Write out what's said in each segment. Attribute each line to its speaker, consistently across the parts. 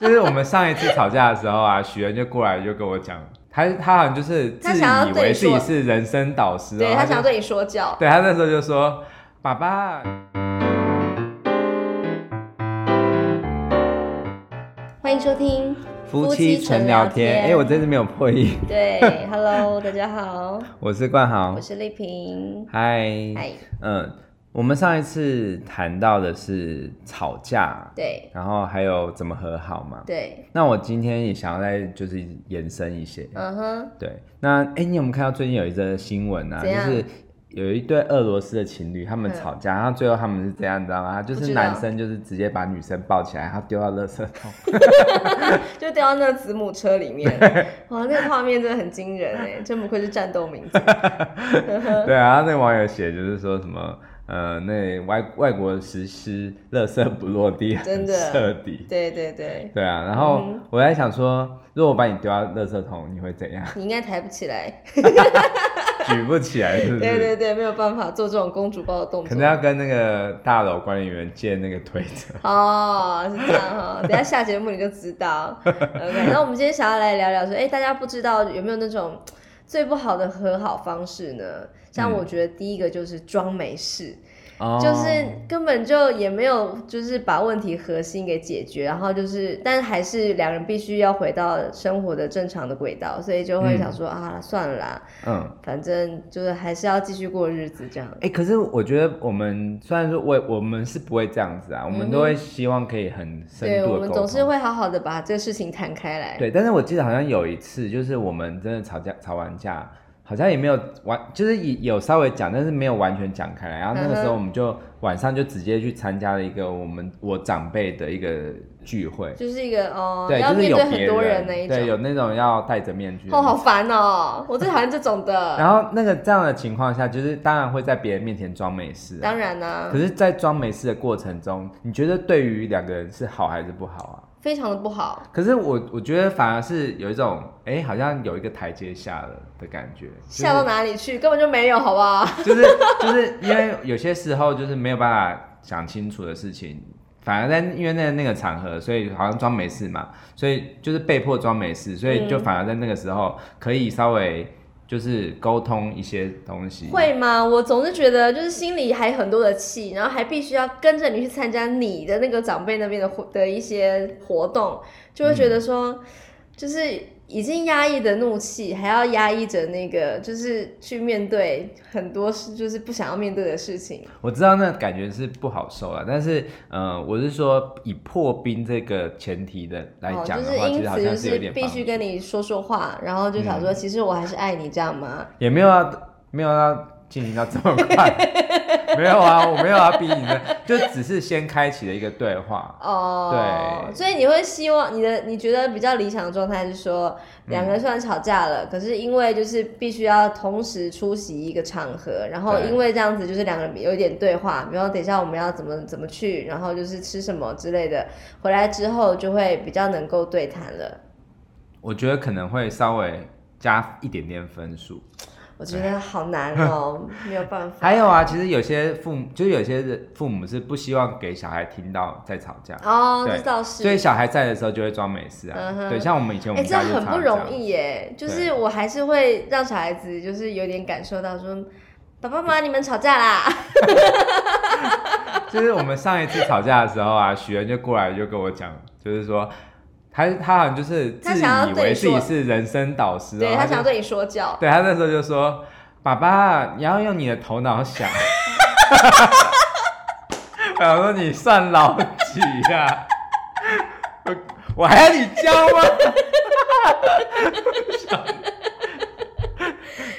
Speaker 1: 就是我们上一次吵架的时候啊， 许愿就过来就跟我讲，他他好像就是自
Speaker 2: 他想要
Speaker 1: 以
Speaker 2: 对
Speaker 1: 为
Speaker 2: 你
Speaker 1: 自
Speaker 2: 说
Speaker 1: 己是人生导师、哦，
Speaker 2: 对他
Speaker 1: 他就
Speaker 2: 想要对你说教，
Speaker 1: 对他那时候就说：“爸爸，
Speaker 2: 欢迎收听
Speaker 1: 夫妻纯聊天。”哎、我真是没有破译，
Speaker 2: 对，Hello，大 家好，
Speaker 1: 我是冠豪
Speaker 2: 我，是丽萍，
Speaker 1: 嗨，
Speaker 2: 嗨，
Speaker 1: 嗯，我们上一次谈到的是吵架，
Speaker 2: 对
Speaker 1: 然后还有怎么和好嘛。
Speaker 2: 对，
Speaker 1: 那我今天也想要再就是延伸一些，
Speaker 2: 嗯哼，
Speaker 1: 对，那哎、你有没有看到最近有一则新闻啊？
Speaker 2: 怎
Speaker 1: 就
Speaker 2: 样
Speaker 1: 是有一对俄罗斯的情侣，他们
Speaker 2: 嗯
Speaker 1: 吵架，然后最后他们是这样，你知道吗？就
Speaker 2: 我
Speaker 1: 是
Speaker 2: 知道
Speaker 1: 男生就是直接把女生抱起来，然后丢到垃圾 桶。
Speaker 2: 就掉到那个子母车 里面，哇，那个画面真的很惊人哎，真不愧是战 斗民族，
Speaker 1: 对
Speaker 2: 嗯
Speaker 1: 啊，然后那个网友写就是说什么，呃，那外外国实施垃圾不落地
Speaker 2: 真
Speaker 1: 很
Speaker 2: 的
Speaker 1: 彻底。
Speaker 2: 对对对，
Speaker 1: 对啊，然后
Speaker 2: 嗯
Speaker 1: 我在想说，如果我把你丢到垃圾桶，你会怎 样？
Speaker 2: 你应该抬不起来，
Speaker 1: 举不起来是不是？
Speaker 2: 对对对，没有办法做这种公主抱的动
Speaker 1: 可
Speaker 2: 作
Speaker 1: 能。要跟那个大楼管理员借那个推车。
Speaker 2: 哦，是这样 哈、等一下下节目你就知道。OK，那我们今天想要来聊聊说，哎、大家不知道有没有那种最不好的和好方式呢？像我觉得第一个就是装没事，
Speaker 1: 哦
Speaker 2: 就是根本就也没有就是把问题核心给解决，然后就是，但还是两人必须要回到生活的正常的轨道，所以就会想说、啊，算了啦，
Speaker 1: 嗯。
Speaker 2: 反正就是还是要继续过日子这样。
Speaker 1: 哎、可是我觉得我们虽然说我我们是不会这样子啊，我们都会希望可以很深
Speaker 2: 嗯对，
Speaker 1: 度的
Speaker 2: 我们
Speaker 1: 沟
Speaker 2: 总
Speaker 1: 通。
Speaker 2: 是会好好的把这个事情谈开来。
Speaker 1: 对，但是我记得好像有一次，就是我们真的吵架吵完架，好像也没有完，就是也有稍微讲，但是没有完全讲开来。然后那个时
Speaker 2: 嗯
Speaker 1: 候
Speaker 2: 哼
Speaker 1: 我们就晚上就直接去参加了一个我们我长辈的一个聚会，
Speaker 2: 就是一个哦，
Speaker 1: 对，
Speaker 2: 要
Speaker 1: 就是
Speaker 2: 面
Speaker 1: 有
Speaker 2: 对
Speaker 1: 别
Speaker 2: 很多人那一
Speaker 1: 人，
Speaker 2: 种，
Speaker 1: 对，有那种要戴着面具的那
Speaker 2: 哦，好
Speaker 1: 种。
Speaker 2: 烦哦，我最讨厌这种的。
Speaker 1: 然后 那啊个这样的情况下，就是当然会在别人面前装没事、啊，
Speaker 2: 当然啦、
Speaker 1: 可是，在装没事的过程中，你觉得对于两个人是好还是不好啊？
Speaker 2: 非常的不好，
Speaker 1: 可是我我觉得反而是有一种，哎、好像有一个台阶下了的感觉，
Speaker 2: 下到哪里去，根本就没有，好不好？
Speaker 1: 就是就是因为有些时候就是没有办法想清楚的事情，反而在因为那那个场合，所以好像装没事嘛，所以就是被迫装没事，所以就
Speaker 2: 嗯
Speaker 1: 反而在那个时候可以稍微就是沟通一些东西，
Speaker 2: 会吗？我总是觉得就是心里还很多的气，然后还必须要跟着你去参加你的那个长辈那边的活的一些活动，就会觉
Speaker 1: 嗯
Speaker 2: 得说，就是已经压抑的怒气，还要压抑着那个，就是去面对很多事，就是不想要面对的事情。
Speaker 1: 我知道那感觉是不好受了，但是，呃，我是说以破冰这个前提的来
Speaker 2: 哦，
Speaker 1: 讲
Speaker 2: 就
Speaker 1: 的
Speaker 2: 是
Speaker 1: 话，其
Speaker 2: 因
Speaker 1: 实好
Speaker 2: 此
Speaker 1: 像
Speaker 2: 就是
Speaker 1: 有点
Speaker 2: 必
Speaker 1: 帮
Speaker 2: 须
Speaker 1: 助嗯
Speaker 2: 跟你说说话，然后就想说，其实我还是爱你，这样吗？
Speaker 1: 也没有要没有啊要进行到这么快，没有啊，我没有要逼你的，就只是先开启了一个对话。
Speaker 2: 哦，
Speaker 1: 对
Speaker 2: 所以你会希望你的你觉得比较理想的状态是说，
Speaker 1: 嗯
Speaker 2: 两个人虽然吵架了，可是因为就是必须要同时出席一个场合，然后
Speaker 1: 对
Speaker 2: 因为这样子就是两个人有一点对话，比方等一下我们要怎么怎么去，然后就是吃什么之类的，回来之后就会比较能够对谈了。
Speaker 1: 我觉得可能会稍微加一点点分数。
Speaker 2: 我觉得好 难哦，没有办法。
Speaker 1: 还有啊，其实有些父母，就是有些人父母是不希望给小孩听到在吵架，
Speaker 2: 哦，
Speaker 1: 对
Speaker 2: 这倒是。
Speaker 1: 所以小孩在的时候就会装没事啊。
Speaker 2: 嗯哼
Speaker 1: 对，像我们以前我
Speaker 2: 哎、
Speaker 1: 们
Speaker 2: 这
Speaker 1: 家就常
Speaker 2: 很不
Speaker 1: 常这样
Speaker 2: 容易耶！就是我还是会让小孩子就是有点感受到说，爸爸妈妈你们吵架啦，
Speaker 1: 就是我们上一次吵架的时候啊，许愿就过来就跟我讲，就是说他他好像就是
Speaker 2: 他
Speaker 1: 自
Speaker 2: 想要
Speaker 1: 以
Speaker 2: 对
Speaker 1: 为
Speaker 2: 你
Speaker 1: 自
Speaker 2: 说
Speaker 1: 己是人生导师、哦，
Speaker 2: 对他
Speaker 1: 就
Speaker 2: 想要对你 说教，
Speaker 1: 对他那时候就说：“爸爸，你要用你的头脑想。” 我想说你算老几呀、我我还要你教吗？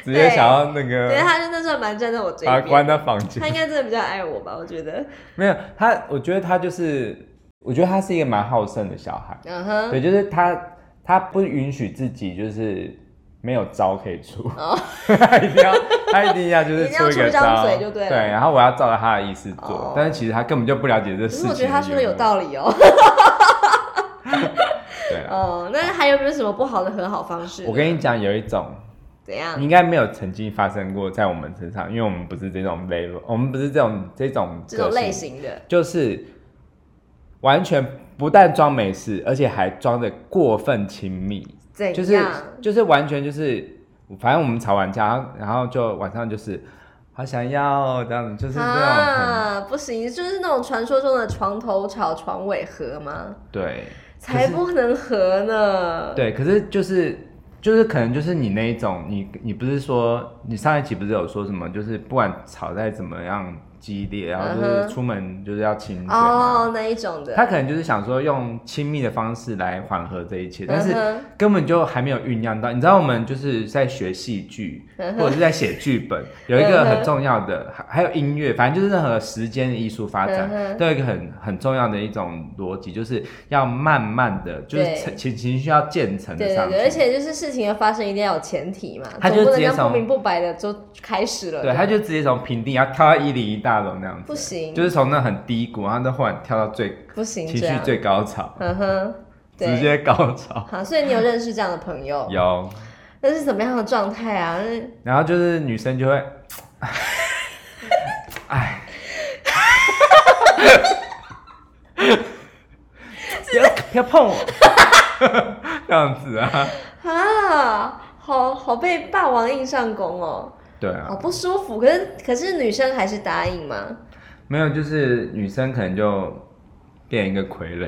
Speaker 1: 直接想要那
Speaker 2: 对，
Speaker 1: 个
Speaker 2: 他就那时候蛮站在我这
Speaker 1: 把嗯
Speaker 2: 一
Speaker 1: 他关
Speaker 2: 边，
Speaker 1: 到房间
Speaker 2: 他。应该真的比较爱我吧，我觉 得，
Speaker 1: 没有他，我觉得他就是，我觉得他是一个蛮好胜的小孩。
Speaker 2: 嗯哼，
Speaker 1: 对，就是他，他不允许自己就是没有招可以出，
Speaker 2: 哦
Speaker 1: 他一定要，他一定要就
Speaker 2: 一
Speaker 1: 是
Speaker 2: 定要
Speaker 1: 出一个
Speaker 2: 出张
Speaker 1: 招，
Speaker 2: 嘴就对了
Speaker 1: 然后我要照着他的意思做，
Speaker 2: 哦
Speaker 1: 但是其实他根本就不了解这
Speaker 2: 可
Speaker 1: 事
Speaker 2: 是
Speaker 1: 情。
Speaker 2: 我觉得他说的有，道理哦，
Speaker 1: 对啊。
Speaker 2: 哦，那还有没有什么不好的和好方式呢？
Speaker 1: 我跟你讲，有一种
Speaker 2: 怎样
Speaker 1: 你？应该没有曾经发生过在我们身上，因为我们不是这种 level，我们不是这种这种
Speaker 2: 这种
Speaker 1: 个性
Speaker 2: 类型的，
Speaker 1: 就是完全不但装没事，而且还装的过分亲密，
Speaker 2: 怎样？
Speaker 1: 就是就是完全就是，反正我们吵完架，然后然后就晚上就是好想要这样子，就是那种很、
Speaker 2: 啊，不行，就是那种传说中的床头吵，床尾和吗？
Speaker 1: 对
Speaker 2: 才
Speaker 1: 可是
Speaker 2: 不能和呢。
Speaker 1: 对，可是就是就是可能就是你那一种，你你不是说你上一期不是有说什么，就是不管吵再怎么样激烈，然后就
Speaker 2: 嗯
Speaker 1: 是
Speaker 2: 哼
Speaker 1: 出门就是要亲嘴嘛。
Speaker 2: 哦，那一种的。
Speaker 1: 他可能就是想说用亲密的方式来缓和这一切，但是
Speaker 2: 嗯哼
Speaker 1: 根本就还没有酝酿到。你知道我们就是在学戏剧，
Speaker 2: 嗯
Speaker 1: 或者是在写剧本，有一个
Speaker 2: 嗯哼
Speaker 1: 很重要的，还还有音乐，反正就是任何时间艺术发
Speaker 2: 嗯
Speaker 1: 展
Speaker 2: 哼
Speaker 1: 都有一个很很重要的一种逻辑，就是要慢慢的，就是
Speaker 2: 对
Speaker 1: 情情情绪要渐层的
Speaker 2: 对
Speaker 1: 上
Speaker 2: 对对，而
Speaker 1: 去。
Speaker 2: 且就是事情的发生一定要有前提嘛，
Speaker 1: 他
Speaker 2: 总
Speaker 1: 就
Speaker 2: 不能
Speaker 1: 直接
Speaker 2: 这样
Speaker 1: 从
Speaker 2: 不明不白的就开始了。
Speaker 1: 对，他就直接从平地，然后跳到一零一大楼那样子，
Speaker 2: 不行
Speaker 1: 就是从那很低谷，然后再忽然跳到最
Speaker 2: 不行
Speaker 1: 情
Speaker 2: 这
Speaker 1: 绪
Speaker 2: 样。
Speaker 1: 最高潮，
Speaker 2: 嗯哼，
Speaker 1: 直
Speaker 2: 对。
Speaker 1: 接高潮。
Speaker 2: 好，所以你有认识这样的朋友？
Speaker 1: 有，
Speaker 2: 那是怎么样的状态啊？是
Speaker 1: 然后就是女生就会， 哎，不 要不要碰我， 这样子啊，
Speaker 2: 啊，好好被霸王硬上弓哦，
Speaker 1: 对
Speaker 2: 好
Speaker 1: 啊，
Speaker 2: 不舒服。可是可是女生还是答应嘛，
Speaker 1: 没有，就是女生可能就变一个傀儡，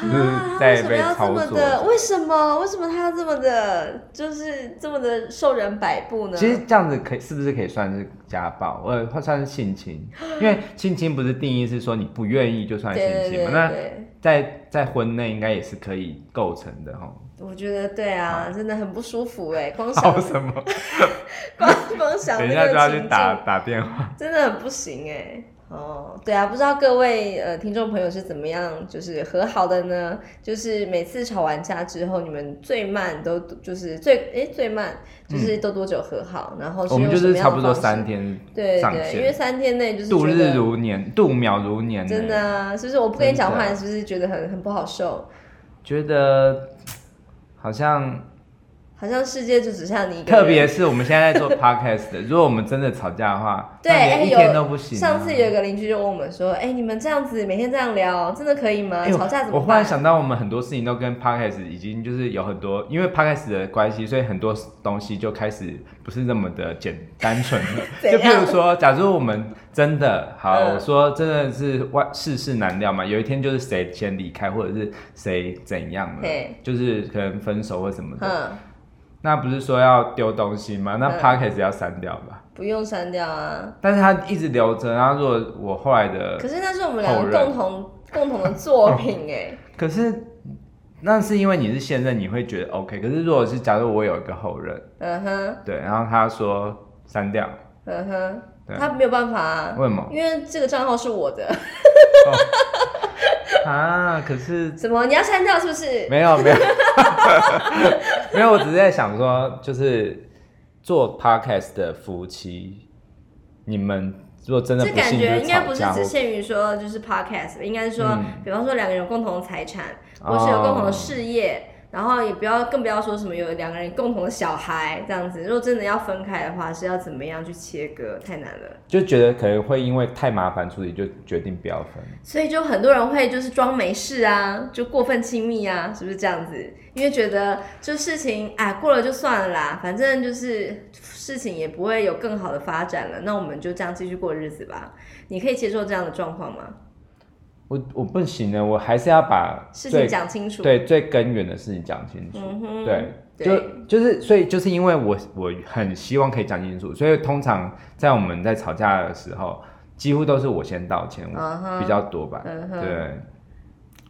Speaker 1: 就是
Speaker 2: 啊，
Speaker 1: 在
Speaker 2: 为什么
Speaker 1: 被
Speaker 2: 要这
Speaker 1: 操
Speaker 2: 么
Speaker 1: 作。
Speaker 2: 的？为什么为什么他要这么的，就是这么的受人摆布呢？
Speaker 1: 其实这样子可以是不是可以算是家暴，呃，或算是性侵？因为性侵不是定义是说你不愿意就算性
Speaker 2: 对对
Speaker 1: 侵嘛？
Speaker 2: 对
Speaker 1: 那
Speaker 2: 对，
Speaker 1: 在在婚内应该也是可以构成的哈。
Speaker 2: 我觉得对啊，真的很不舒服 哎，光想
Speaker 1: 好什么？
Speaker 2: 光 光想
Speaker 1: 等一
Speaker 2: 那
Speaker 1: 下
Speaker 2: 个
Speaker 1: 就要去
Speaker 2: 情
Speaker 1: 打
Speaker 2: 境，
Speaker 1: 打电话。
Speaker 2: 真的很不行哎。哦，对啊，不知道各位呃听众朋友是怎么样就是和好的呢？就是每次吵完架之后，你们最慢都就是最哎最慢就是都多久和好？然后
Speaker 1: 嗯我们
Speaker 2: 用
Speaker 1: 就
Speaker 2: 什么
Speaker 1: 是
Speaker 2: 样的
Speaker 1: 差不多
Speaker 2: 方式
Speaker 1: 三天
Speaker 2: 对
Speaker 1: 上
Speaker 2: 对，因为
Speaker 1: 线，
Speaker 2: 三天内就是
Speaker 1: 度
Speaker 2: 觉
Speaker 1: 日
Speaker 2: 得
Speaker 1: 如年，度秒如年呢。
Speaker 2: 真的啊，是不是？我不跟你讲话，
Speaker 1: 真的
Speaker 2: 你是不是觉得很很不好受？
Speaker 1: 觉得好像，
Speaker 2: 好像世界就只剩下你一个人。
Speaker 1: 特别是我们现在在做 podcast 的，如果我们真的吵架的话，
Speaker 2: 对，
Speaker 1: 那
Speaker 2: 哎、
Speaker 1: 连一天都不行啊。
Speaker 2: 上次有一个邻居就问我们说：“哎、你们这样子每天这样聊，真的可以吗？
Speaker 1: 哎
Speaker 2: 呃吵架怎
Speaker 1: 我
Speaker 2: 么
Speaker 1: 忽然
Speaker 2: 办？”。
Speaker 1: 想到，我们很多事情都跟 podcast 已经就是有很多，因为 podcast 的关系，所以很多东西就开始不是那么的简单纯了
Speaker 2: 怎
Speaker 1: 就
Speaker 2: 样
Speaker 1: 譬如说，假如我们真的好，
Speaker 2: 嗯
Speaker 1: 我说真的是万世事难料嘛，有一天就是谁先离开，或者是谁怎样了
Speaker 2: 对，
Speaker 1: 就是可能分手或什么的。
Speaker 2: 嗯，
Speaker 1: 那不是说要丢东西吗？那
Speaker 2: 嗯
Speaker 1: podcast 要删掉吧？
Speaker 2: 不用删掉啊。
Speaker 1: 但是它一直留着，然后如果我后来的
Speaker 2: 可是那是我们两
Speaker 1: 后
Speaker 2: 个
Speaker 1: 人
Speaker 2: 共同共同的作品 哎、
Speaker 1: 可是那是因为你是现任，你会觉得 OK。可是如果是假如我有一个后任，
Speaker 2: 嗯哼，
Speaker 1: 对，然后他说删掉，
Speaker 2: 嗯
Speaker 1: 对
Speaker 2: 哼，他没有办法啊，
Speaker 1: 为什 么
Speaker 2: 因为这个账号是 我的。
Speaker 1: 啊？可是
Speaker 2: 怎么？你要删掉是不是？
Speaker 1: 没有没有 没有，我只是在想说，就是做 podcast 的夫妻，你们如果真的
Speaker 2: 这
Speaker 1: 不
Speaker 2: 感
Speaker 1: 幸就
Speaker 2: 觉
Speaker 1: 是
Speaker 2: 应该
Speaker 1: 吵
Speaker 2: 不是
Speaker 1: 架或
Speaker 2: 只限于说就是 podcast，应该是说，
Speaker 1: 嗯
Speaker 2: 比方说两个人有共同的财产，
Speaker 1: 哦
Speaker 2: 或是有共同的事业，然后也不要更不要说什么有两个人共同的小孩这样子。如果真的要分开的话，是要怎么样去切割？太难了。
Speaker 1: 就觉得可能会因为太麻烦处理，就决定不要分。
Speaker 2: 所以就很多人会就是装没事啊，就过分亲密啊，是不是这样子？因为觉得就事情哎过了就算了啦，反正就是事情也不会有更好的发展了，那我们就这样继续过日子吧。你可以接受这样的状况吗？
Speaker 1: 我我不行了，我还是要把
Speaker 2: 事
Speaker 1: 最
Speaker 2: 情讲清楚。
Speaker 1: 对最根源的事情讲清楚。
Speaker 2: 嗯哼，
Speaker 1: 对，就
Speaker 2: 对
Speaker 1: 就是，所以就是因为我我很希望可以讲清楚，所以通常在我们在吵架的时候，几乎都是我先道歉，我
Speaker 2: 嗯哼
Speaker 1: 比较多吧。
Speaker 2: 嗯哼
Speaker 1: 对，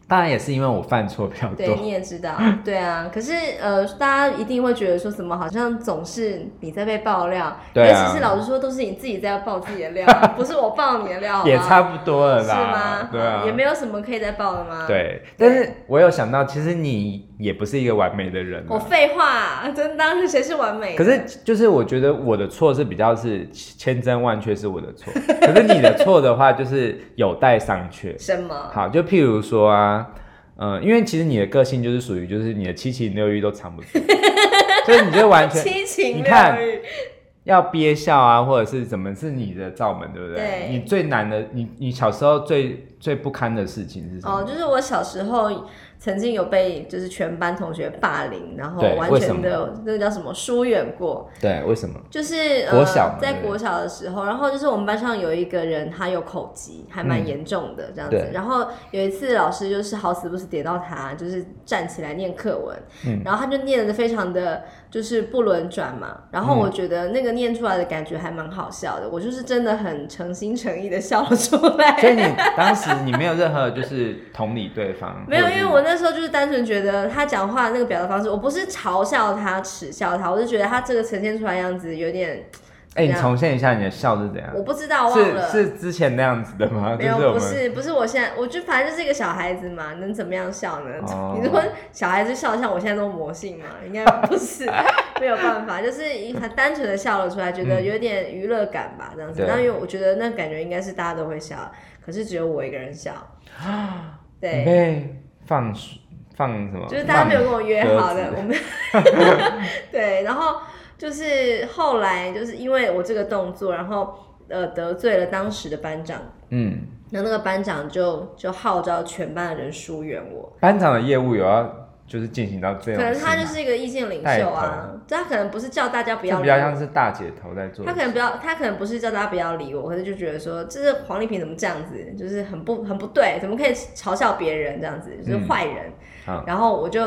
Speaker 1: 当然也是因为我犯错比较
Speaker 2: 对，
Speaker 1: 多。
Speaker 2: 你也知道，对啊。可是呃，大家一定会觉得说什么，好像总是你在被爆料，
Speaker 1: 对啊
Speaker 2: 尤其是老实说，都是你自己在爆自己的料，啊不是我爆你的料，好 吗
Speaker 1: 也差不多了
Speaker 2: 是吗
Speaker 1: 啦，？对啊
Speaker 2: 也，没有什么可以再爆的吗？，
Speaker 1: 对。但是我有想到，其实你也不是一个完美的人啊，
Speaker 2: 我废话，真当然谁是完美的？
Speaker 1: 可是就是我觉得我的错是比较是千真万确是我的错，可是你的错的话就是有待商榷。
Speaker 2: 什么？
Speaker 1: 好，就譬如说啊，嗯、因为其实你的个性就是属于就是你的七情六欲都藏不住，所以你就完全
Speaker 2: 七情
Speaker 1: 你
Speaker 2: 六
Speaker 1: 看
Speaker 2: 欲，
Speaker 1: 要憋笑啊，或者是怎么是你的罩门，对不对？
Speaker 2: 对
Speaker 1: 你最难的，你你小时候最最不堪的事情是什么？
Speaker 2: 哦，就是我小时候曾经有被就是全班同学霸凌，然后
Speaker 1: 对
Speaker 2: 完
Speaker 1: 为什
Speaker 2: 全
Speaker 1: 么
Speaker 2: 的那个叫什么疏远过。
Speaker 1: 对，为什么？
Speaker 2: 就是
Speaker 1: 国小嘛
Speaker 2: 呃、在
Speaker 1: 对
Speaker 2: 国小的时候，然后就是我们班上有一个人他有口疾，还蛮
Speaker 1: 嗯
Speaker 2: 严重的这样子。
Speaker 1: 对
Speaker 2: 然后有一次老师就是好死不死点到他，就是站起来念课文，
Speaker 1: 嗯
Speaker 2: 然后他就念的非常的就是不轮转嘛。然后
Speaker 1: 嗯
Speaker 2: 我觉得那个念出来的感觉还蛮好笑的，我就是真的很诚心诚意的笑了出 来。
Speaker 1: 所以你当时你没有任何就是同理对方，
Speaker 2: 没有，
Speaker 1: 或者
Speaker 2: 因
Speaker 1: 是
Speaker 2: 为我那时候就是单纯觉得他讲话那个表达方式，我不是嘲笑他、耻笑他，我是觉得他这个呈现出来的样子有点，
Speaker 1: 哎、你
Speaker 2: 怎样
Speaker 1: 重现一下你的笑是怎样？
Speaker 2: 我不知道忘
Speaker 1: 啊是
Speaker 2: 了。
Speaker 1: 是之前那样子的吗？
Speaker 2: 没
Speaker 1: 就
Speaker 2: 有，
Speaker 1: 啊我
Speaker 2: 不
Speaker 1: 们
Speaker 2: 是，不是，我现在我就反正就是一个小孩子嘛，能怎么样笑呢？
Speaker 1: 哦
Speaker 2: 你说小孩子笑像我现在这种魔性嘛，应该不 是，没有办法，就是一很单纯的笑了出来，觉得有点娱乐感吧，这样子。
Speaker 1: 嗯对
Speaker 2: 然后因为我觉得那感觉应该是大家都会笑，可是只有我一个 人笑，
Speaker 1: 你
Speaker 2: 对，
Speaker 1: 被放水放什么？
Speaker 2: 欸就是大家没有跟我约好的
Speaker 1: 鸽，子
Speaker 2: 我们 对，然后就是后来就是因为我这个动作，然后呃得罪了当时的班长。
Speaker 1: 嗯，
Speaker 2: 然后那个班长就就号召全班的人疏远我，
Speaker 1: 班长的业务有要就是进行到这
Speaker 2: 可
Speaker 1: 种事吗，
Speaker 2: 能他就是一个意见领
Speaker 1: 带
Speaker 2: 袖
Speaker 1: 头
Speaker 2: 啊，他可能不是叫大家不
Speaker 1: 这
Speaker 2: 要
Speaker 1: 比
Speaker 2: 理
Speaker 1: 较像
Speaker 2: 我，
Speaker 1: 是大姐头在做
Speaker 2: 他可能不要，他可能不是叫大家不要理我，可是就觉得说，这是黄丽萍怎么这样子，就是很不很不对，怎么可以嘲笑别人这样子，就是坏人。
Speaker 1: 啊
Speaker 2: 然后我就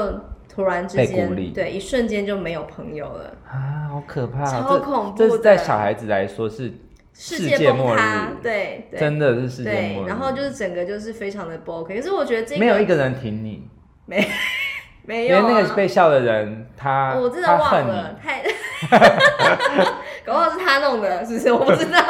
Speaker 2: 突然之
Speaker 1: 被鼓
Speaker 2: 间，
Speaker 1: 励
Speaker 2: 对，一瞬间就没有朋友了，
Speaker 1: 啊，好可怕，
Speaker 2: 超
Speaker 1: 这
Speaker 2: 恐
Speaker 1: 这
Speaker 2: 怖
Speaker 1: 是
Speaker 2: 的，
Speaker 1: 在小孩子来说是
Speaker 2: 世
Speaker 1: 世界
Speaker 2: 界崩
Speaker 1: 末
Speaker 2: 塌
Speaker 1: 日，
Speaker 2: 对对
Speaker 1: 真的是世界末
Speaker 2: 对，
Speaker 1: 日，
Speaker 2: 然后就是整个就是非常的不 OK，可是我觉得这个
Speaker 1: 没有一个人挺你，
Speaker 2: 没
Speaker 1: 因
Speaker 2: 有
Speaker 1: 为
Speaker 2: 啊、
Speaker 1: 那个被笑的人他
Speaker 2: 我真的
Speaker 1: 他
Speaker 2: 忘
Speaker 1: 恨
Speaker 2: 了
Speaker 1: 你，，
Speaker 2: 太，搞不好是他弄的，是不是？我不知 道。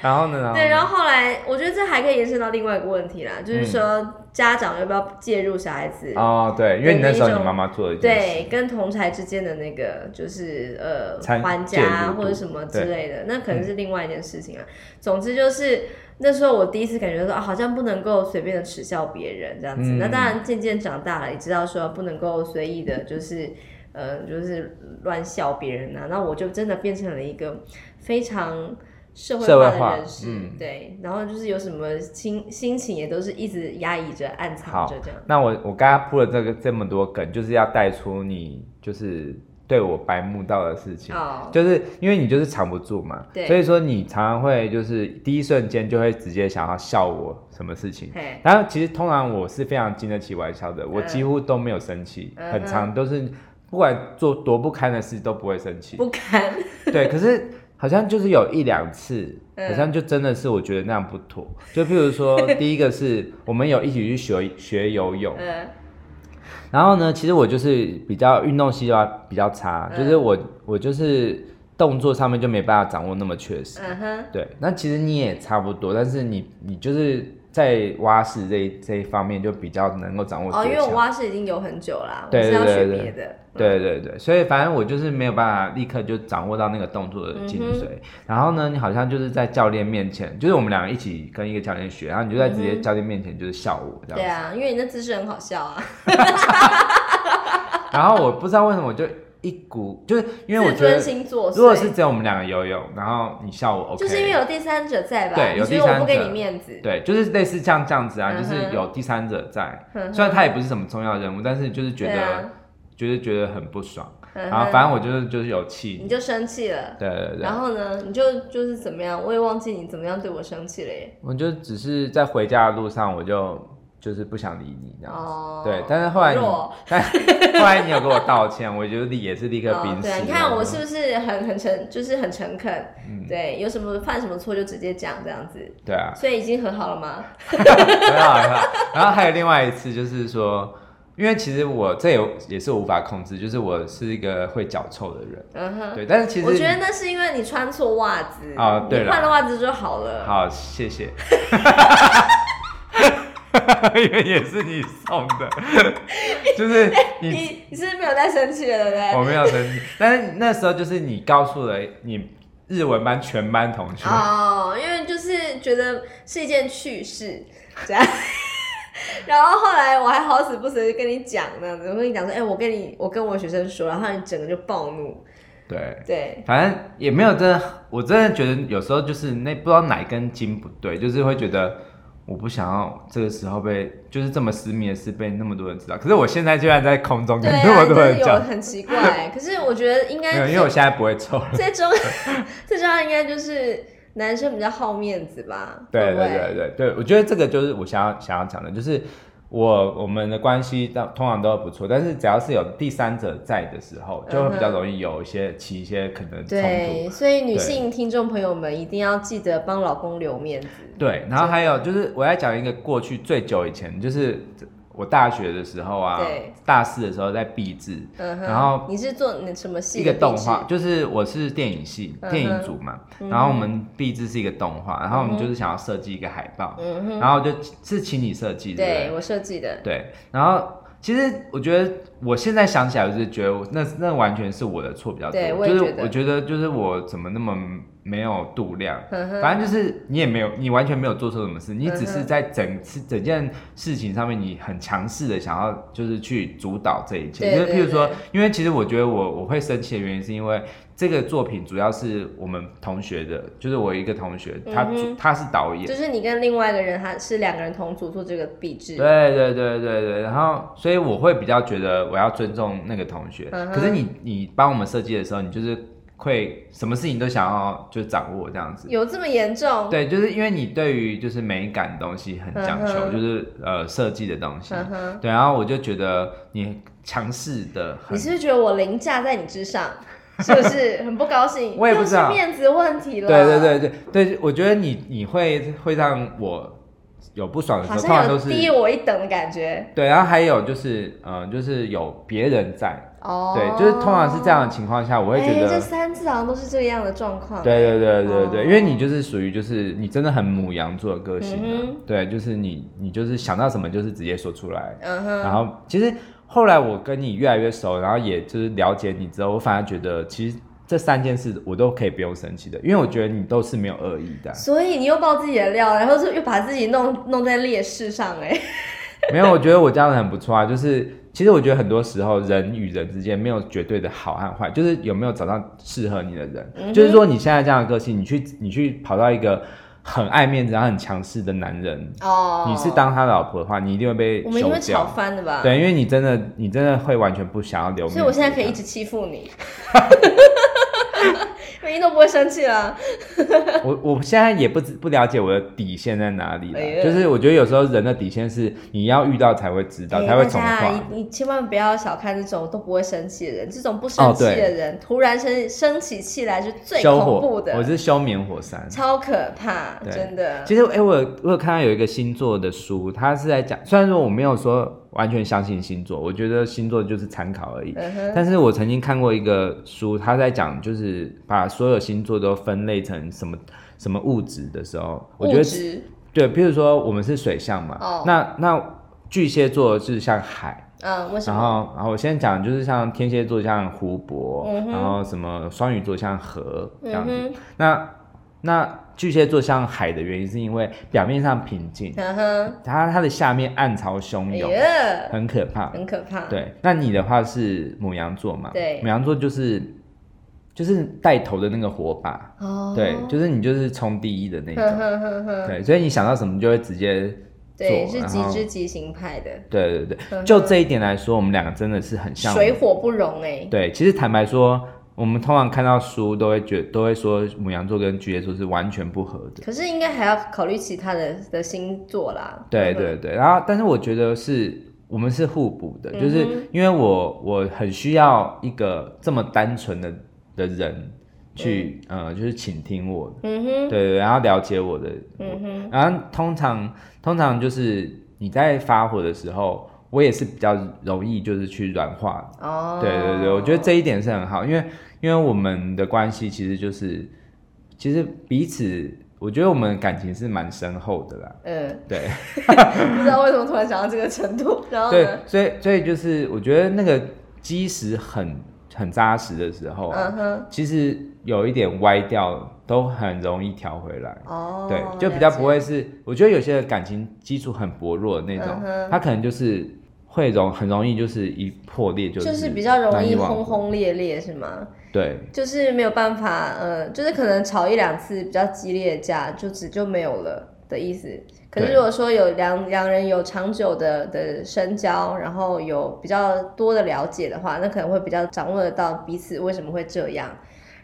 Speaker 1: 然后呢，然后
Speaker 2: 对，
Speaker 1: 呢
Speaker 2: 然后后来我觉得这还可以延伸到另外一个问题啦，就是说家长要不要介入小孩子？
Speaker 1: 嗯哦对，因为你
Speaker 2: 对
Speaker 1: 那时候
Speaker 2: 那
Speaker 1: 你
Speaker 2: 种
Speaker 1: 妈妈做了一件事，
Speaker 2: 对，跟同才之间的那个就是呃
Speaker 1: 参
Speaker 2: 还
Speaker 1: 介
Speaker 2: 家
Speaker 1: 入
Speaker 2: 或者什么之
Speaker 1: 对嗯
Speaker 2: 类的，那可能是另外一件事情啊。总之就是那时候我第一次感觉说啊，好像不能够随便的耻笑别人这样子。
Speaker 1: 嗯
Speaker 2: 那当然渐渐长大了，也知道说不能够随意的，就是呃就是乱笑别人啊。那我就真的变成了一个非常。社会
Speaker 1: 社会
Speaker 2: 化
Speaker 1: 化
Speaker 2: 的人士，
Speaker 1: 嗯
Speaker 2: 对，然后就是有什么心心情也都是一直压抑着、暗藏
Speaker 1: 好
Speaker 2: 着这样。
Speaker 1: 那我我刚刚铺了这个这么多梗，就是要带出你就是对我白目到的事情，
Speaker 2: 哦，
Speaker 1: 就是因为你就是藏不住嘛，
Speaker 2: 对
Speaker 1: 所以说你常常会就是第一瞬间就会直接想要笑我什么事情。
Speaker 2: 嘿，
Speaker 1: 然后其实通常我是非常经得起玩笑的，我
Speaker 2: 嗯
Speaker 1: 几乎都没有生气，
Speaker 2: 嗯哼
Speaker 1: 很常都是不管做多不堪的事都不会生气。
Speaker 2: 不敢，
Speaker 1: 对，可是好像就是有一两次，
Speaker 2: 嗯
Speaker 1: 好像就真的是我觉得那样不妥。就譬如 说，第一个是我们有一起去学学游泳，
Speaker 2: 嗯。
Speaker 1: 然后呢，其实我就是比较运动细胞比较差，
Speaker 2: 嗯
Speaker 1: 就是我我就是动作上面就没办法掌握那么确实。
Speaker 2: 嗯哼，
Speaker 1: 对，那其实你也差不多，但是你你就是在蛙式这一这一方面就比较能够掌握
Speaker 2: 哦，因
Speaker 1: 诀
Speaker 2: 为我
Speaker 1: 窍。
Speaker 2: 蛙式已经有很久啦，
Speaker 1: 对
Speaker 2: 我是要
Speaker 1: 对对
Speaker 2: 学
Speaker 1: 对
Speaker 2: 别的。
Speaker 1: 对对对，所以反正我就是没有办法立刻就掌握到那个动作的精
Speaker 2: 嗯
Speaker 1: 髓。然后呢，你好像就是在教练面前，就是我们两个一起跟一个教练学，然后你就在直接教练面前就是笑我这样子
Speaker 2: 嗯对啊，因为你那姿势很好笑啊，
Speaker 1: 然后我不知道为什么我就一股，就是因为我
Speaker 2: 自
Speaker 1: 觉
Speaker 2: 尊
Speaker 1: 得
Speaker 2: 心作祟。
Speaker 1: 如果是只有我们两个游泳，然后你笑我 OK，
Speaker 2: 哦就是因为有第三者在吧？
Speaker 1: 对
Speaker 2: 你
Speaker 1: 有
Speaker 2: 觉
Speaker 1: 第
Speaker 2: 得我不
Speaker 1: 三
Speaker 2: 给
Speaker 1: 者
Speaker 2: 你面子，
Speaker 1: 对，就是类似像这样子啊，
Speaker 2: 嗯哼
Speaker 1: 就是有第三者在，
Speaker 2: 嗯哼
Speaker 1: 虽然他也不是什么重要人物，但是就是觉
Speaker 2: 对
Speaker 1: 得
Speaker 2: 啊
Speaker 1: 就是觉得很不爽，
Speaker 2: 嗯哼
Speaker 1: 然后反正我就是就是有
Speaker 2: 你
Speaker 1: 气，
Speaker 2: 就生气了。
Speaker 1: 对对对，
Speaker 2: 然后呢，你就就是怎么样？我也忘记你怎么样对我生气了耶。
Speaker 1: 我就只是在回家的路上，我就就是不想理你这样子。
Speaker 2: 哦，
Speaker 1: 对，但是后来你
Speaker 2: 好弱，
Speaker 1: 但后来你有给我道歉，我觉得也是立刻
Speaker 2: 哦
Speaker 1: 冰，释
Speaker 2: 对
Speaker 1: 了。
Speaker 2: 啊，你看我是不是很很诚，就是很诚恳？对，有什么犯什么错就直接讲这样子，
Speaker 1: 对嗯啊，
Speaker 2: 所以已经和好了吗？
Speaker 1: 很好很好。然后还有另外一次，就是说，因为其实我这也也是无法控制，就是我是一个会脚臭的人，
Speaker 2: 嗯哼。
Speaker 1: 对。但是其实
Speaker 2: 我觉得那是因为你穿错袜子
Speaker 1: 哦对
Speaker 2: 你
Speaker 1: 了
Speaker 2: 换了袜子就好了。
Speaker 1: 好，谢谢。因为也是你送的，就是 你
Speaker 2: 你你是不是没有在生气了，对不对？
Speaker 1: 我没有生气，但是那时候就是你告诉了你日文班全班同学，
Speaker 2: 哦，因为就是觉得是一件趣事，这样。 然后后来我还好死不死地跟你讲呢，我跟你讲说，哎、我跟你，我跟我学生说，然后你整个就暴怒，
Speaker 1: 对，
Speaker 2: 对，
Speaker 1: 反正也没有真的，我真的觉得有时候就是那不知道哪根筋不对，就是会觉得我不想要这个时候被就是这么私密的事被那么多人知道。可是我现在居然在空中
Speaker 2: 对
Speaker 1: 跟那么
Speaker 2: 啊，
Speaker 1: 多
Speaker 2: 就是
Speaker 1: 人
Speaker 2: 有
Speaker 1: 讲，
Speaker 2: 很 奇怪。可是我觉得应
Speaker 1: 没有，
Speaker 2: 该
Speaker 1: 因为我现在不会 臭了。
Speaker 2: 最重最重要应该就是男生比较好面子吧？
Speaker 1: 对
Speaker 2: 不
Speaker 1: 对对对对，我觉得这个就是我想要想要讲的，就是我我们的关系到通常都不错，但是只要是有第三者在的时候，就会比较容易有一些起一些可能冲突。
Speaker 2: 嗯
Speaker 1: 啊
Speaker 2: 对，所以女性听众朋友们一定要记得帮老公留面子。
Speaker 1: 对，然后还有就是我要讲一个过去最久以前，就是我大学的时候啊
Speaker 2: 对，
Speaker 1: 大四的时候在毕制
Speaker 2: 嗯哼，
Speaker 1: 然后
Speaker 2: 你是做你什么戏？
Speaker 1: 一个动画，，就是我是电影系
Speaker 2: 嗯
Speaker 1: 电影组嘛，然后我们毕制是一个动画，然后我们就是想要设计一个海报，
Speaker 2: 嗯哼，
Speaker 1: 然后就是请你设计，对不对
Speaker 2: 对我设计的，
Speaker 1: 对，然后其实我觉得我现在想起来，我就是觉得我那那完全是我的错比较多，
Speaker 2: 对我也
Speaker 1: 就是
Speaker 2: 觉得
Speaker 1: 我觉得就是我怎么那么没有度量。
Speaker 2: 嗯哼，
Speaker 1: 反正就是你也没有，你完全没有做错什么事，你只
Speaker 2: 嗯
Speaker 1: 是
Speaker 2: 哼
Speaker 1: 在整次整件事情上面，你很强势的想要就是去主导这一切。
Speaker 2: 对
Speaker 1: 就是譬如
Speaker 2: 对
Speaker 1: 说
Speaker 2: 对，
Speaker 1: 因为其实我觉得我我会生气的原因，是因为这个作品主要是我们同学的，就是我一个同学，他主、
Speaker 2: 嗯哼
Speaker 1: 他是导演，
Speaker 2: 就是你跟另外一个人，他是两个人同组做这个壁纸，
Speaker 1: 对对对对对，然后所以我会比较觉得我要尊重那个同学。
Speaker 2: 嗯哼
Speaker 1: 可是你你帮我们设计的时候，你就是会什么事情都想要就掌握这样子。
Speaker 2: 有这么严重？
Speaker 1: 对，就是因为你对于就是美感的东西很讲究，
Speaker 2: 哦嗯哼
Speaker 1: 就是呃设计的东西。
Speaker 2: 嗯哼，
Speaker 1: 对，然后我就觉得你强势的很
Speaker 2: 你，是不是觉得我凌驾在你之上？是不是很不高兴？
Speaker 1: 我也不知道
Speaker 2: 又是面子问题了。
Speaker 1: 对对对对对，我觉得你你会会让我有不爽的时
Speaker 2: 好
Speaker 1: 候，通常
Speaker 2: 像有
Speaker 1: 都是
Speaker 2: 低我一等的感觉。
Speaker 1: 对，然后还有就是嗯、呃就是有别人在，
Speaker 2: 哦，
Speaker 1: 对，就是通常是这样的情况下，我
Speaker 2: 哎，
Speaker 1: 会觉得，
Speaker 2: 这三次好像都是这样的状况。
Speaker 1: 对对对对对，
Speaker 2: 哦
Speaker 1: 因为你就是属于就是你真的很母羊座的个性、啊，
Speaker 2: 嗯
Speaker 1: 对，就是你你就是想到什么就是直接说出来，
Speaker 2: 嗯
Speaker 1: 然
Speaker 2: 哼，
Speaker 1: 后其实后来我跟你越来越熟，然后也就是了解你之后，我反而觉得其实这三件事我都可以不用生气的，因为我觉得你都是没有恶意 的啊，
Speaker 2: 所以你又爆自己的料，然后就又把自己弄弄在劣势上，哎，
Speaker 1: 没有，我觉得我这样很不错啊，就是。其实我觉得很多时候人与人之间没有绝对的好和坏，就是有没有找到适合你的人。
Speaker 2: 嗯哼
Speaker 1: 就是说你现在这样的个性，你去你去跑到一个很爱面子然后很强势的男人，
Speaker 2: 哦，
Speaker 1: 你是当他老婆的话，你一定会被
Speaker 2: 我们一定
Speaker 1: 休
Speaker 2: 会吵
Speaker 1: 掉。
Speaker 2: 翻的吧？，
Speaker 1: 对，因为你真的，你真的会完全不想要留面子。
Speaker 2: 所以我现在可以一直欺负 你，每天都不会生气啊啦。
Speaker 1: 我我现在也不知不了解我的底线在哪里了、
Speaker 2: 哎呀
Speaker 1: 就是我觉得有时候人的底线是你要遇到才会知道，
Speaker 2: 哎
Speaker 1: 才会
Speaker 2: 大
Speaker 1: 重
Speaker 2: 家
Speaker 1: 化。
Speaker 2: 你你千万不要小看这种都不会生气的人，这种不生气的人，突然生生起气来是最
Speaker 1: 修
Speaker 2: 恐
Speaker 1: 火
Speaker 2: 怖，
Speaker 1: 我
Speaker 2: 的，
Speaker 1: 是休眠火山。
Speaker 2: 超可怕，
Speaker 1: 对
Speaker 2: 真的。
Speaker 1: 其实，哎、我有我有看到有一个星座的书，他是在讲，虽然说我没有说完全相信星座，我觉得星座就是参考而已。
Speaker 2: 嗯哼，
Speaker 1: 但是我曾经看过一个书，他在讲就是把所有星座都分类成什么什么物质的时候，我觉
Speaker 2: 物
Speaker 1: 得
Speaker 2: 质
Speaker 1: 对，譬如说我们是水象嘛，
Speaker 2: 哦
Speaker 1: 那那巨蟹座是像海，
Speaker 2: 嗯，为什
Speaker 1: 然
Speaker 2: 么？
Speaker 1: 后然后我先讲就是像天蝎座像湖泊，
Speaker 2: 嗯哼
Speaker 1: 然后什么双鱼座像河这样
Speaker 2: 嗯
Speaker 1: 子，
Speaker 2: 哼，
Speaker 1: 那那巨蟹座像海的原因是因为表面上平静，
Speaker 2: 嗯哼，
Speaker 1: 它它的下面暗潮汹
Speaker 2: 哎
Speaker 1: 涌，
Speaker 2: 呀，
Speaker 1: 很可怕。
Speaker 2: 很可怕。
Speaker 1: 对，那你的话是母羊座嘛？
Speaker 2: 对
Speaker 1: 母羊座就是就是带头的那个火把，
Speaker 2: 哦，
Speaker 1: 对，就是你就是冲第一的那
Speaker 2: 哼
Speaker 1: 种，
Speaker 2: 哼哼哼，
Speaker 1: 对，所以你想到什么就会直接做，
Speaker 2: 对，是
Speaker 1: 然
Speaker 2: 极
Speaker 1: 后
Speaker 2: 之极型派的，
Speaker 1: 对对
Speaker 2: 嗯
Speaker 1: 对，就这一点来说，我们两个真的是很像。
Speaker 2: 水火不容哎、
Speaker 1: 对，其实坦白说，我们通常看到书都会觉都会说母羊座跟巨蟹座是完全不合的。
Speaker 2: 可是应该还要考虑其他的的星座啦。
Speaker 1: 对
Speaker 2: 嗯，
Speaker 1: 对对，然后但是我觉得是我们是互补的，就
Speaker 2: 嗯
Speaker 1: 是因为我我很需要一个这么单纯的的人去、呃，就是倾听我，
Speaker 2: 嗯
Speaker 1: 对对，
Speaker 2: 哼，
Speaker 1: 对然后了解我的，
Speaker 2: 嗯哼，
Speaker 1: 然后通常通常就是你在发火的时候，我也是比较容易就是去软化，
Speaker 2: 哦，
Speaker 1: 对对对，我觉得这一点是很好，因为因为我们的关系其实就是其实彼此，我觉得我们感情是蛮深厚的啦，
Speaker 2: 嗯，
Speaker 1: 对。
Speaker 2: 不知道为什么突然想到这个程度，然后
Speaker 1: 对
Speaker 2: 呢，，
Speaker 1: 所以所以就是我觉得那个基石很很扎实的时候、啊
Speaker 2: 嗯哼，
Speaker 1: 其实有一点歪掉都很容易调回来。
Speaker 2: 哦，
Speaker 1: 对，就比较不会
Speaker 2: 了解，
Speaker 1: 是，我觉得有些感情基础很薄弱的那种
Speaker 2: 嗯，哼
Speaker 1: 他可能就是会容很容易就是一破裂就是
Speaker 2: 就是比较容
Speaker 1: 难
Speaker 2: 易
Speaker 1: 以挽
Speaker 2: 轰
Speaker 1: 回。
Speaker 2: 轰烈烈是吗？
Speaker 1: 对，
Speaker 2: 就是没有办法，呃，就是可能吵一两次比较激烈的架，就只就没有了的意思。可是
Speaker 1: 对
Speaker 2: 如果说有两两人有长久的的深交，然后有比较多的了解的话，那可能会比较掌握得到彼此为什么会这样，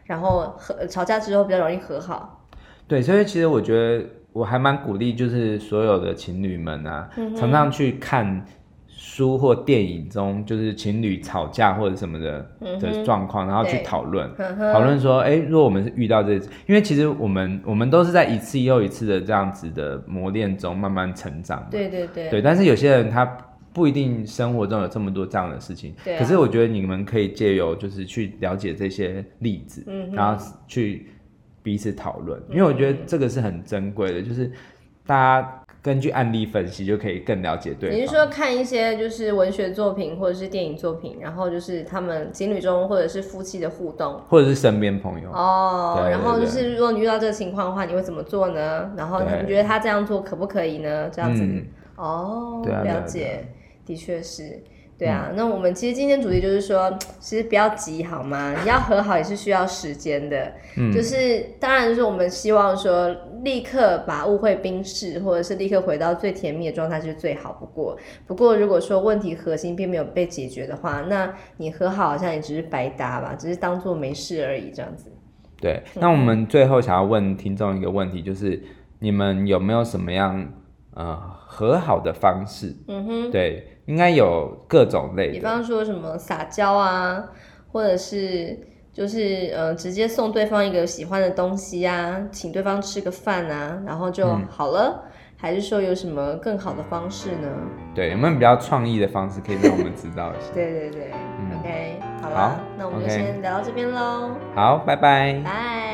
Speaker 2: 然后和吵架之后比较容易和好。
Speaker 1: 对，所以其实我觉得我还蛮鼓励，就是所有的情侣们啊，
Speaker 2: 嗯
Speaker 1: 常常去看书或电影中，就是情侣吵架或者什么的、
Speaker 2: 嗯
Speaker 1: 的
Speaker 2: 哼
Speaker 1: 状况，然后去
Speaker 2: 对嗯
Speaker 1: 讨论。
Speaker 2: 呵
Speaker 1: 讨
Speaker 2: 呵，
Speaker 1: 论说，哎、如果我们是遇到这，因为其实我们我们都是在一次又一次的这样子的磨练中慢慢成长嘛。
Speaker 2: 对对对，
Speaker 1: 对，但是有些人他不一定生活中有这么多这样的事情，
Speaker 2: 对啊
Speaker 1: 可是我觉得你们可以借由就是去了解这些例子，
Speaker 2: 嗯哼嗯
Speaker 1: 然后去彼此讨论，因为我觉得这个是很珍贵的，就是大家根据案例分析就可以更了解对方。
Speaker 2: 你是说看一些就是文学作品或者是电影作品，然后就是他们情侣中或者是夫妻的互动，
Speaker 1: 或者是身边朋友，
Speaker 2: 哦，
Speaker 1: 对
Speaker 2: 然后
Speaker 1: 对
Speaker 2: 就
Speaker 1: 对
Speaker 2: 是如果你遇到这个情况的话，你会怎么做呢？然后
Speaker 1: 对
Speaker 2: 你觉得他这样做可不可以呢？这样子，
Speaker 1: 嗯，
Speaker 2: 哦，
Speaker 1: 对啊对啊嗯
Speaker 2: 了解，的确是。对啊，那我们其实今天主题就是说，其实不要急好吗？你要和好也是需要时间的，
Speaker 1: 嗯
Speaker 2: 就是当然就是我们希望说立刻把误会冰释，或者是立刻回到最甜蜜的状态是最好不过。不过如果说问题核心并没有被解决的话，那你和好好像也只是白搭吧，只是当做没事而已这样子。
Speaker 1: 对。那我们最后想要问听众一个问题，就是你们有没有什么样呃和好的方式？
Speaker 2: 嗯哼，
Speaker 1: 对，应该有各种类
Speaker 2: 比
Speaker 1: 的，
Speaker 2: 方说什么撒娇啊，或者是就是呃直接送对方一个喜欢的东西啊，请对方吃个饭啊，然后就
Speaker 1: 嗯
Speaker 2: 好了。还是说有什么更好的方式呢？
Speaker 1: 对，有没有比较创意的方式可以让我们知道一下？
Speaker 2: 对对对、
Speaker 1: 嗯
Speaker 2: o k 好
Speaker 1: 好
Speaker 2: 啦，那我们就
Speaker 1: OK
Speaker 2: 先聊到这边喽，
Speaker 1: 好，拜拜。
Speaker 2: 拜。